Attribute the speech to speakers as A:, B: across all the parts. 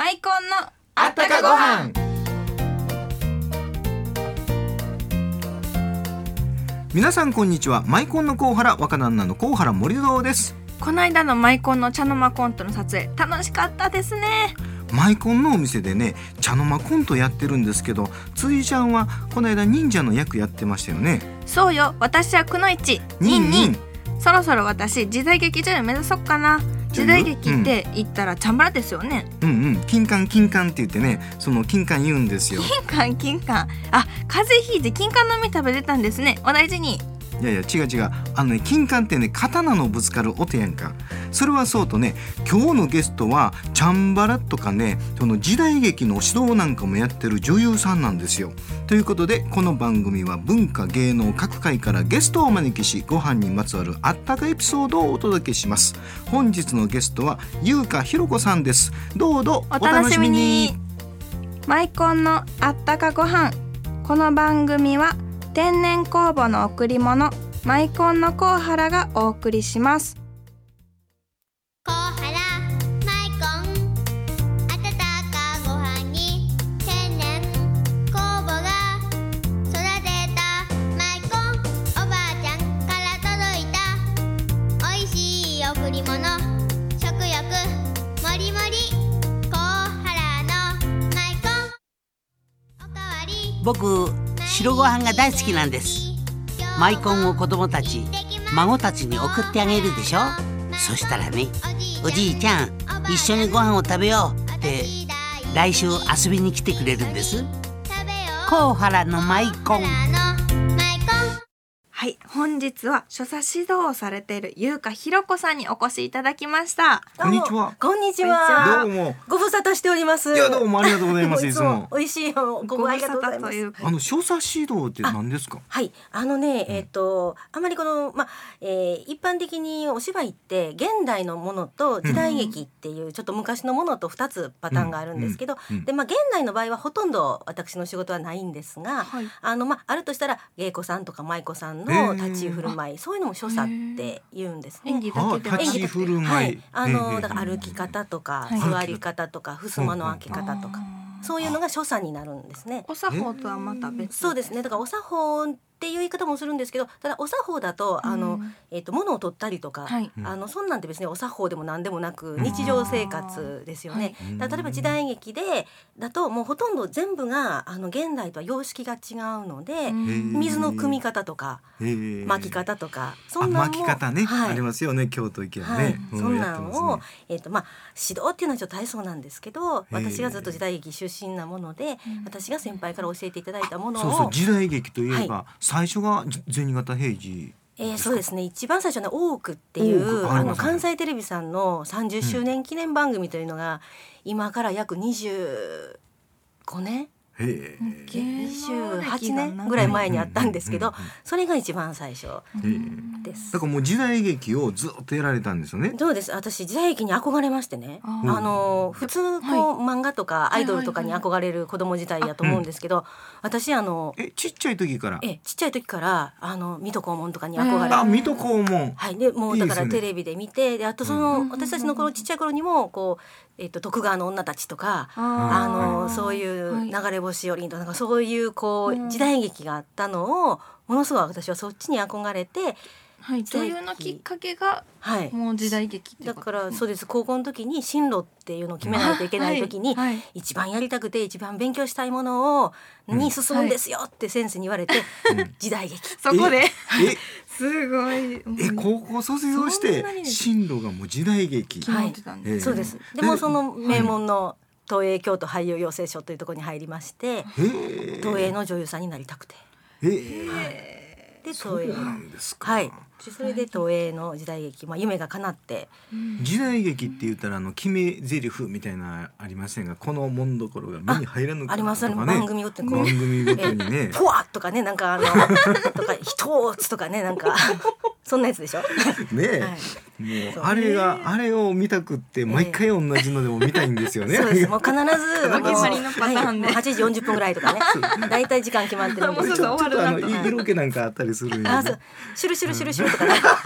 A: んの
B: あったかご飯
C: 皆さんこんにちはマイコンのコウハラ若旦那のコウハラ森堂です
A: この間のマイコンの茶の間コントの撮影楽しかったですね
C: マイコンのお店でね茶の間コントやってるんですけど辻ちゃんはこの間忍者の役やってましたよね
A: そうよ私はくのいちニ
C: ニン
A: ン
C: ニ
A: ニ
C: ン
A: ンそろそろ私時代劇女優目指そっかな時代劇って言ったらチャンバラですよね、
C: うんうん金柑金柑って言ってねその金柑言うんですよ
A: 金柑金柑あ風邪ひいて金柑の実食べてたんですねお大事に
C: いやいや違う違うあのね金柑ってね刀のぶつかる音やんかそれはそうとね今日のゲストはチャンバラとかねその時代劇の指導なんかもやってる女優さんなんですよということでこの番組は文化芸能各界からゲストをお招きしご飯にまつわるあったかエピソードをお届けします本日のゲストは優香ひろ子さんですどうぞ
A: お楽しみに
C: お楽し
A: マイコンのあったかご飯この番組は天然酵母の贈り物マイコンのコウハラがお送りします
D: コウハラマイコン温かご飯に天然酵母が育てたマイコンおばあちゃんから届いたおいしい贈り物食欲もりもりコウハラのマイコンおかわり
B: 僕白ご飯が大好きなんですマイコンを子供たち孫たちに送ってあげるでしょそしたらねおじいちゃん一緒にご飯を食べようって来週遊びに来てくれるんです
D: 食べよう
B: 甲原のマイコン
D: コウハラのマイコン
A: はい本日は所作指導をされている優香ひろ子さんにお越しいただきました
C: こんにちは
E: どうもこんにち
C: ど
E: は
C: う。も
E: ご無沙汰しております。
C: いやどうもありがとうござい ますい
E: い
C: つ
E: つ
C: も
E: も美味しいおごありがとうございます。
A: か
C: あの所作指導って何ですか
E: はい、あのね、えっ、と、あまりこの、まあ、えー一般的にお芝居って現代のものと時代劇っていう、ちょっと昔のものと二つパターンがあるんですけど、
C: うんうん
E: で、まあ、現代の場合はほとんど私の仕事はないんですが、
A: はい
E: あの、まあ、あるとしたら芸妓さんとか舞妓さん
C: へ
E: の
C: ー
E: 立ち居振る舞い、そういうのも所作って言うんですね。
A: 演技だ
C: あ
A: けではな
C: 立ち
A: く
C: 振る舞い、
E: はい、あ
C: えええ
E: の
C: え
E: だから歩き方とか
A: はい
E: 座り方とか襖の開け方とかそういうのが所作になるんですね。
A: お作法とはまた別
E: そうですねだからお作法っていう言い方もするんですけどただお作法だとあ
A: う
E: の
A: ん、
E: えっと物を取ったりとか、
A: はい
E: あのそんなんって別にお作法でも何でもなく
C: うん
E: 日常生活ですよね。だから例えば時代劇でだともうほとんど全部があの現代とは様式が違うので
A: うん
E: 水の汲み方とか巻
C: 巻
E: き方とかそ
C: あ
E: んなんも
C: 巻き方ね、
E: はい
C: ありますよね京都行けば
E: はい
C: ね、、
E: そんなんを、
C: やってますね
E: えっ、とまあ指導っていうのはちょっと大層なんですけど、私がずっと時代劇出身なもので、私が先輩から教えていただいたものを、
C: そうそう時代劇といえば、最初がじ銭形平次
E: えーそうですね一番最初の「オーク」ってい
C: 大奥
E: う
C: あ
E: あ
C: りま
E: の
C: すね
E: 関西テレビさんの30周年記念番組というのが、今から約25年
C: へえ
E: 28年ぐらい前にあったんですけ
C: うん
E: ど
C: うんうんうん
E: それが一番最初
C: へえ
E: です
C: だ。からもう時代劇をずっとやられたんですよね
E: そうです私時代劇に憧れましてね
A: あ
E: あ
C: ー
E: の普通こう、漫画とかアイドルとかに憧れる子供時代やと思うんですけど、私あの
C: えちっちゃい時から
E: えちっちゃい時からあの水戸黄門とかに憧れ
C: あ水戸黄門
E: はい、でもうだか
C: いい
E: ら
C: ですね
E: テレビで見てであとその、私たちの頃ちっちゃい頃にもこう、えっと徳川の女たちとかあのそういう流れ星よりとかなんかそういうこう時代劇があったのをものすごい私はそっちに憧れて、
A: はい、女優のきっかけが
E: はい、
A: もう時代劇って
E: だ
A: こと
E: からそうです高校の時に進路っていうのを決めないといけない時に、
A: はいはい
E: 一番やりたくて一番勉強したいものをに進むんですよって先生に言われて、時代劇
A: そこで
C: え
A: すごい
C: え高校卒業し
A: そんな
C: て
A: に
C: 進路がもう時代劇
A: 決まってたん
C: え
A: で
C: え
A: す、
E: そうです。で
C: で
E: もその名門の東映京都俳優養成所というところに入りまして、
C: へえ
E: 東映の女優さんになりたくて、
C: へえ
E: で東
C: そう
E: 映
C: なんですか、
E: はい、でそれで東映の時代劇、まあ夢が叶って、
C: 時代劇って言ったらあの決め台詞みたいなありませんがこのもんどころが目に入らぬ
E: ああります
C: とかね
E: 番組ごとにこう
C: 番組ごとにね
E: ポワッとかねなんかあのとか一つとかねなんかそんなやつでしょ。
C: ねえ、
E: はい
C: もう
E: そう
C: あれがあれを見たくって毎回同じのでも見たいんですよね、
E: そうです。もう必ず あ
A: お決まりのパターンで
E: 八時四十分ぐらいとかね、だいたい時間決まってるん
A: も
E: で
A: う
E: す
A: そ
E: け
A: う
E: ど
A: そう終
C: ちょちょっと
A: わ
C: あ
A: る
C: の
A: なと
C: 色気なんかあったりするんで
E: あ
C: ね
E: そうシュルシュルシュルシュルとかなんかあ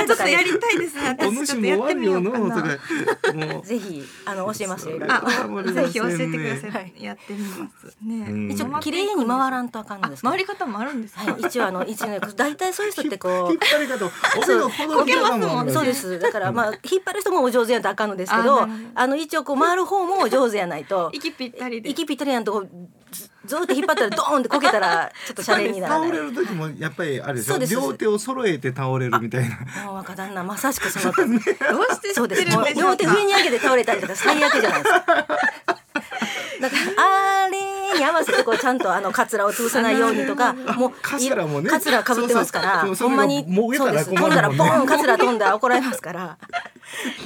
A: あ ちょっとやりたい ですね。
C: お
A: 私ち
C: 主
A: ょっとやっ
C: もあ
A: て
C: る
A: み
C: よ
A: よ
C: の
A: うか
C: と
A: な。
C: かもう
E: ぜひあの教えますよ。
C: それ
E: あ
A: あ、ぜひ教えてくださ
E: はいい。
A: やってみます。ね
C: うん
A: え、
E: 一応綺麗に回らんとあかんの
A: あ
E: です。
A: 回り方もあるんですか。
E: はい、一応あの一応ね大体そういう人ってこ
C: 引
E: う
C: っ。張り方お手のほどき方もある
E: そうです。だからまあ引っ張る人もお上手やったらあかんのですけ
A: あな
E: ど、
A: るほど。
E: あの一応こう回る方もお上手やないと
A: 息ぴったりで。
E: 息ぴったりやんとこずずーっと引っ張ったらドーンってこけたらちょっとシャレになら
C: 倒
E: ない。
C: れる時もやっぱりあれでし
E: そ
C: ょ
E: うです
C: 両手を揃えて倒れるみたいな
E: もう若旦那まさしくその通り
A: どうして知
E: そう
A: っ
E: で
A: て
E: す。
A: る
E: も
A: ん
E: う
A: でしょ
E: 両
A: う
E: 手
A: か。
E: 上に上げて倒れたりとか最悪じゃないですか。 だからあれに合わせてこうちゃんとあのカツラを潰さないようにとか、もう
C: カツラもね
E: カツラ被ってますから、
C: そうそう
E: ほんまに
C: そうそれがもうげた
E: で
C: ら
E: す。
C: 困
E: 飛んだ
C: る
E: ら
C: もんね
E: ボーンカツラ飛んだら怒られますから。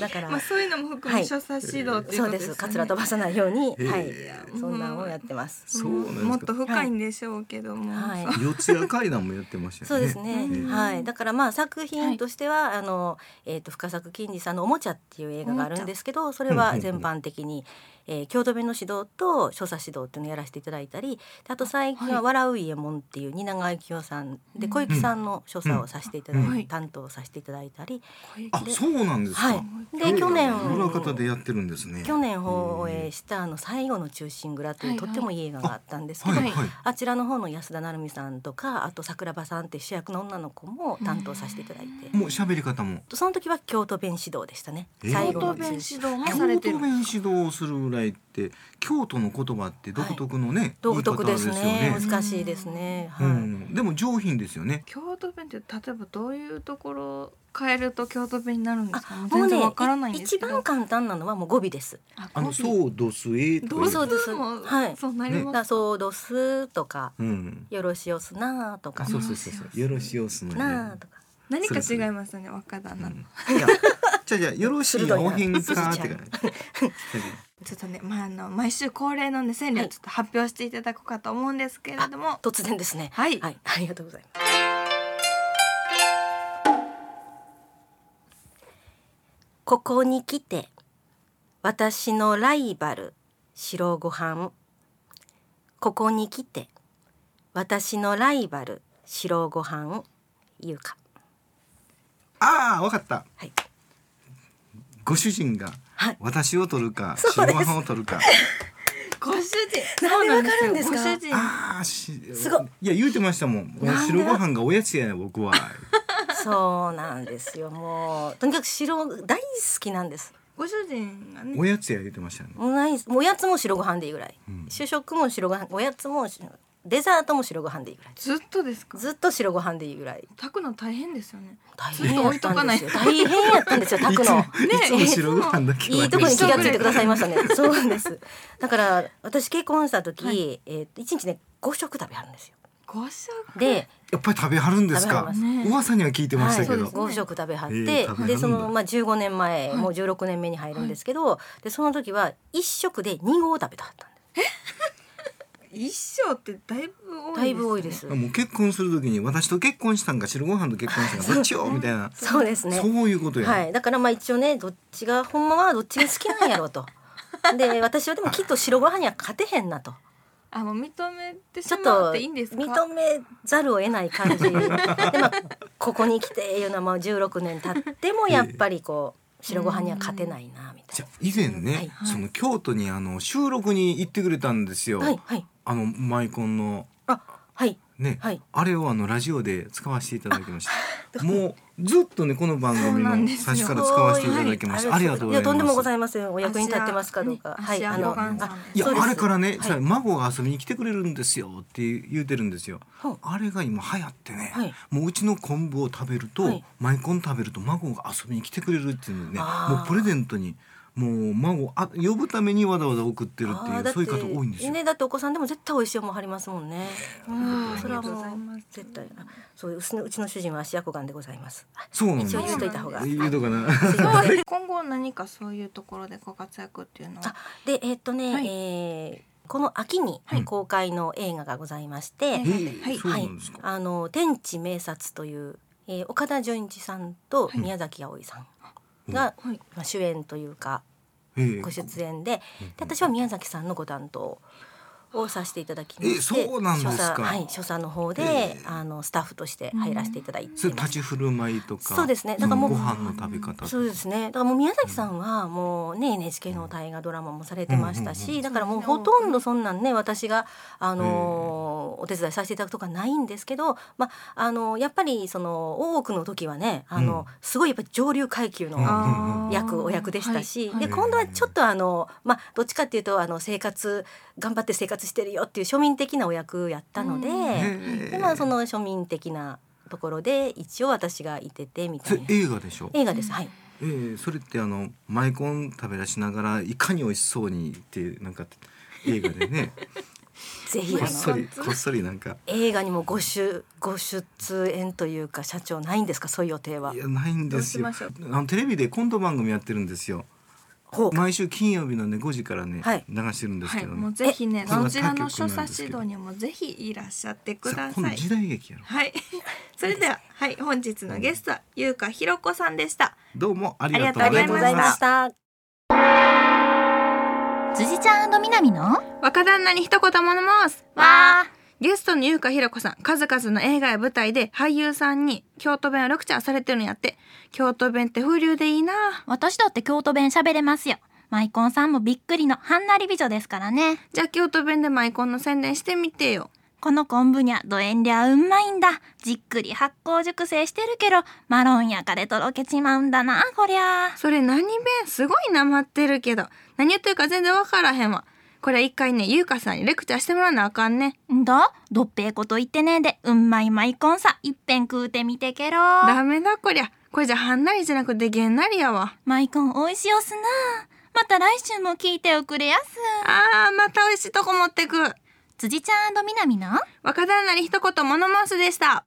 E: だから。
A: まあそういうのも含
E: は
A: め
E: い
A: 所作指導っていうこ
E: そ
A: と
E: うで。
A: ですす
E: カ
A: か
E: ツ
A: ね。
E: ラ飛ばさないように、
C: へえ
E: はい、そんなんをやってます。
C: そうなんですか
A: もっと深いんでしょうけども。
E: はい。
C: 四谷階段もやってましたよね
E: そうですね。
A: うん
E: はい。だからまあ作品としては、あのえっ、と深作金次さんのおもちゃっていう映画があるんですけど、それは全般的に、えー、京都弁の指導と所作指導っていうのをやらせていただいたり、であと最近は笑う家門っていう蜷川幸雄さんで小雪さんの所作をさせていただい、
A: うん
E: 担当させていただいたり、
C: あそうなんです
E: は
C: か
E: い。で去年
C: 裏方でやってるんですね
E: 去年放映したあの最後の忠臣蔵という、
A: はいはい
E: とってもいい映画があったんですけ
C: は
E: ど、
C: い
A: は
C: はいい
E: あちらの方の安田成美さんとかあと桜庭さんって主役の女の子も担当させていただいて、
C: もう喋り方も
E: その時は京都弁指導でしたね。
C: えー
E: 最後の
A: 京都
E: 中
A: 弁指導も
C: 京
A: さ
C: 都
A: れ
C: 弁
A: てる。
C: 指導をするぐらいって京都の言葉って独特のね言
E: 独
C: い方
E: 特
C: で
E: ですす
C: よ
E: ね
C: ね
E: 難しいですね。
C: う
E: はい。
C: んでも上品ですよね
A: 京都弁って例えばどういうところ変えると京都弁になるんですか。もう
E: もう
A: 全
E: ね
A: 然わからないんです
E: 一
A: けど。
E: 番簡単なのはもう語尾です。
C: あの
A: う。
C: そうどすえと
A: ど
C: か
A: うぞ
E: ぞうです
A: も
E: はい
A: そうなり
E: だ
A: ます。
E: からそうどすとか、
C: うん
E: よろしおすなと
C: あ
E: か、
C: そうそうそうそうよろしおすの
E: な
C: ね
E: あとか。
A: 何か違いますね若旦那の。
C: いや、じゃあじゃあよろしいお変かって感
A: ちょっとね、まあ、あの毎週恒例のね戦略
E: はい
A: ちょっと発表していただこうかと思うんですけれども、
E: 突然ですね。
A: はい
E: はい、 ありがとうございます。ここに来て私のライバル白ご飯ここに来て私のライバル白ご飯ゆうか
C: ああ、わかった。
E: はい
C: ご主人が
E: はい
C: 私を取るか、
E: そう
C: 白
E: です
C: ご飯を取るか。
A: ご主人
E: なん
A: そ
E: で
A: う
E: わかるんですか
A: ご主人
C: ああ、し、
E: すごい
C: いや言うてましたもん。
E: なんで
C: 白ご飯がおやつやよ僕 は。
E: そうなんですよもうとにかく白大好きなんです
A: ご主人がね
C: おやつや言うてましたね。
E: もうないですもうおやつも白ご飯でいいぐらい、
C: ん
E: 主食も白ご飯おやつも白デザートも白ご飯でいいぐらい
A: ずっとですか
E: ずっと白ご飯でいいぐらい
A: 炊くの大変ですよね
E: 大
A: 変やったんですよ
E: 大変やったんですよ
C: い
E: 炊く
C: つも
E: の
A: ね
C: いつも白ご飯だけ
E: いいとこに気がついてくださいましたね そうなんですだから私結婚した時、
A: は
E: えー一日ね5食食べはるんですよ
A: ご食
E: で
C: やっぱり食べはるんですか
E: 食
A: べはりま。す
C: 噂には聞いてましたけ
A: そう
C: ど
A: です。ね
E: 5食食べはって、
C: ええ食べはるんだ
E: でその、まあ、15年前、もう16年目に入るんですけど、でその時は1食で2合食べたはったんで
A: 一生ってだいぶ
E: す
A: 多
E: だ
A: いです、ね、
E: いぶ多いです、
C: もう結婚するときに私と結婚したんか白ご飯と結婚したんかどっちよみたいな。
E: そうですね
C: そういうことや。
E: はい、だからまあ一応ねどっちがほんまはどっちが好きなんやろうとで私はでもきっと白ご飯には勝てへんなと
A: あもう認めて
E: ち
A: し
E: ょっ
A: まっ
E: と
A: ていいんですか
E: 認めざるを得ない感じでまあここに来ていうのはまあ16年経ってもやっぱりこう白ご飯には勝てないなみたい
C: じゃあ以前ね、
E: はい
C: その京都にあの収録に行ってくれたんですよ。
E: な。はいはい
C: あのマイコンの
E: あはい
C: ね、
E: はい
C: あれをあのラジオで使わせていただきました。もうずっとねこの番
A: そう
C: 組
A: なん
C: の
A: ですよ
C: 最初から使わせていただきました。ありがとうございます。
E: やとんでもござ
C: い
E: いませんお役に立ってますかどうか
A: 芦屋
E: あ
A: 芦屋
E: の
A: 旅館さん
E: そ
C: や
E: うです
C: あれからね、
E: はい
C: 孫が遊びに来てくれるんですよって言うてるんですよ
E: ほう。
C: あれが今流行ってね、
E: はい
C: もううちの昆布を食べると、
E: はい
C: マイコン食べると孫が遊びに来てくれるっていうのでね、
E: あー
C: もうプレゼントにもう孫あ呼ぶためにわざわざ送ってるって
E: あー
C: い
E: だ
C: うそういう方多いんですよ。
E: ねだってお子さんでも絶対美味しいもんありますもんね。
A: うん
E: それはも
A: ありがと
E: う
A: うございます
E: 絶対あそううちのうちの主人は芦屋小眼でございます。
C: そうなんですよ。
E: 一応言うといた方が
C: 言うとかな。
A: 今後何かそういうところでご活躍っていうのは
E: あでえーっとね、
A: はい
E: えーこの秋に
C: はい
E: 公開の映画がございまして、
A: え
C: え
A: ーはい
C: そうなんですか。
E: あの天地明察という、えー岡田准一さんと宮崎あおいさんが、
A: はい
E: まあ、主演というか
C: ええ
E: ご出演でで私は宮崎さんのご担当をさせていただきまして、
C: えそうなんですか
E: 所作はい、所作の方で、
C: え
E: あのスタッフとして入らせていただいてます
C: それ立ち振る舞いとか
E: そうですねだからもう
C: ご飯の食べ方
E: そうですね。だからもう宮崎さんはもうね NHK の大河ドラマもされてましたし、だからもうほとんどそんなんね私があのーお手伝いさせていただくとかないんですけど、まああのやっぱりその多くの時はねあの、
C: うん
E: すごいやっぱ上流階級の。
C: うん
A: あー
E: 役お役でした
A: は
E: し、
A: いはい
E: で今度はちょっとあのまあどっちかっていうとあの生活頑張って生活してるよっていう庶民的なお役やったので、
C: へえ
E: でまあその庶民的なところで一応私がいててみた
C: そ
E: い
C: れ
E: な
C: 映画でしょ
E: 映画です。はい。
C: えー、それってあのマイコン食べ出しながらいかに美味しそうにってなんか映画でね
E: ぜひ
C: こ
E: あ
C: っそ
E: の
C: りこっそりなんか。
E: 映画にもご出ご出演というか社長ないんですかそういう予定はい
C: やないんですよ
A: どうしま
C: あのテレビでコント番組やってるんですよ
E: ほう
C: 毎週金曜日のね5時からね、
E: はい
C: 流してるんです
A: は
C: け
A: い、
C: ど
A: もう
C: ね、
A: ぜひね、
C: え
A: こちらの
C: そ
A: 所
C: れは他局な
A: 作
C: んですけ
A: 指
C: ど
A: 導にもぜひいらっしゃってく
C: さ
A: だ
C: 今
A: さ
C: 度
A: い。
C: 時代劇やろ
A: はい、それでは、はい、本日のゲストはゆうかひろこさんでした。
C: どうもありがとう
A: あ
C: ござい
A: りがとうご
C: ま
A: ざい
C: し
A: ま
C: た
A: す
E: た。
F: 辻ちゃん南の
A: 若旦那に一言物申す。
F: わ
A: ゲストのゆうかひろこさん、数々の映画や舞台で俳優さんに京都弁をレクチャーされてるんやって。京都弁って風流でいいな。
F: 私だって京都弁喋れますよマイコンさんもびっくりのはんなり美女ですからね
A: じゃあ京都弁でマイコンの宣伝してみてよ。
F: この昆布にゃどえんりゃうんまいんだじっくり発酵熟成してるけどマロンやかでとろけちまうんだなこりゃ
A: それ何弁すごいなまってるけど。何言ってるか全然わからへんわ。これ一回ね、ゆうかさんにレクチャーしてもらわなあかんね。
F: んだどっぺえこと言ってねえでうんまいマイコンさいっぺん食うてみてけろ
A: ダメだこりゃ。これじゃはんなりじゃなくてげんなりやわ。
F: マイコンおいしよすなまた来週も聞いておくれやす
A: あー、また美味しいとこ持ってく。
F: 辻ちゃん南の
A: 若旦那に一言物申すでした。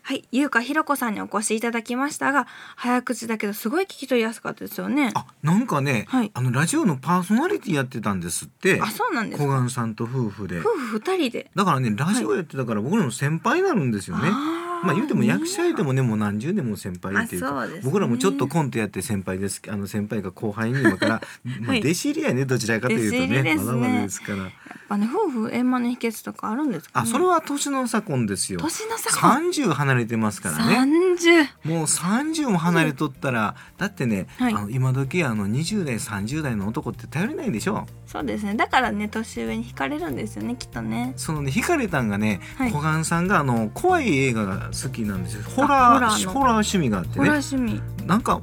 A: はい、ゆうかひろこさんにお越しいただきましたが、早口だけどすごい聞き取りやすかったですよね。
C: あなんかね、
A: はい
C: あのラジオのパーソナリティやってたんですって
A: あ、そうなんです
C: 小
A: か。
C: 雁さんと夫婦で
A: 夫婦二人で。
C: だからねラジオやってたから僕らの先輩になるんですよね、
A: あー
C: まあ言うても役者言うてもねもう何十年も先輩っていう
A: まあ
C: か
A: そうですね
C: 僕らもちょっとコントやって先輩ですあの先輩が後輩に今から まあ弟子入りやねどちらかというと
A: 弟子入り
C: ね
A: です
C: ま
A: ね
C: だまだですから
A: やっぱね、夫婦円満の秘訣とかあるんですか、ね。
C: あそれは年の差婚ですよ
A: 年の差婚。
C: 30離れてますからね
A: 三十。
C: もう30も離れとったら、だってね、
A: はい
C: あの今時あの20代30代の男って頼りないでしょ
A: そうですね。だからね、年上に惹かれるんですよね、きっとね。
C: そのね惹かれたんがね、
A: はい
C: 小雁さんがあの怖い映画が好きなんですよホ
A: あホ
C: ラ
A: ラ
C: ー
A: ーの
C: ホラー趣味があって
A: ほら
C: ね
A: 趣味。
C: なんか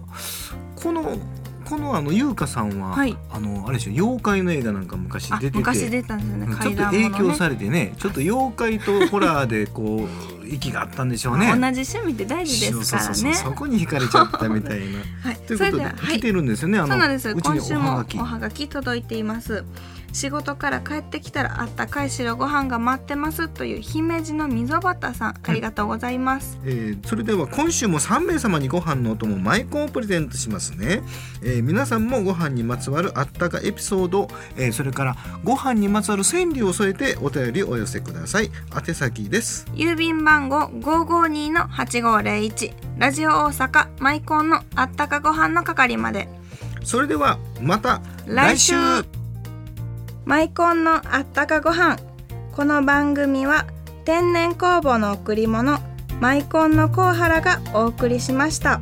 C: このこのあの優香さんは、
A: はい
C: あのあれでしょ妖怪の映画なんか昔
A: あ
C: 出て、て
A: 昔出たんですよ
C: う
A: ね。
C: んち
A: 階
C: ょっと
A: 段
C: 影
A: もの
C: 響
A: ね。
C: されてねちょっと妖怪とホラーでこう息があったんでしょうね。
A: 同じ趣味って大事ですから
C: そう
A: ね。
C: そうそうそこに惹かれちゃったみたい な。
A: はい。
C: という
A: それ
C: こと
A: で
C: で
A: は、は
C: 来
A: い。
C: てるんですよね、
A: そうなんです
C: うち
A: 今
C: に
A: 週
C: おは
A: も
C: がき
A: おはがき届いています仕事から帰ってきたらあったかい白ご飯が待ってますという姫路の溝端さんありがとうございます、
C: えーそれでは今週も3名様にご飯のお供マイコンをプレゼントしますね、えー皆さんもご飯にまつわるあったかエピソード、えーそれからご飯にまつわる川柳を添えてお便りをお寄せください宛先です
A: 郵便番号552-8501ラジオ大阪マイコンのあったかご飯の係まで
C: それではまた
A: 来週マイコンのあったかご飯この番組は天然酵母の贈り物マイコンのコウハラがお送りしました。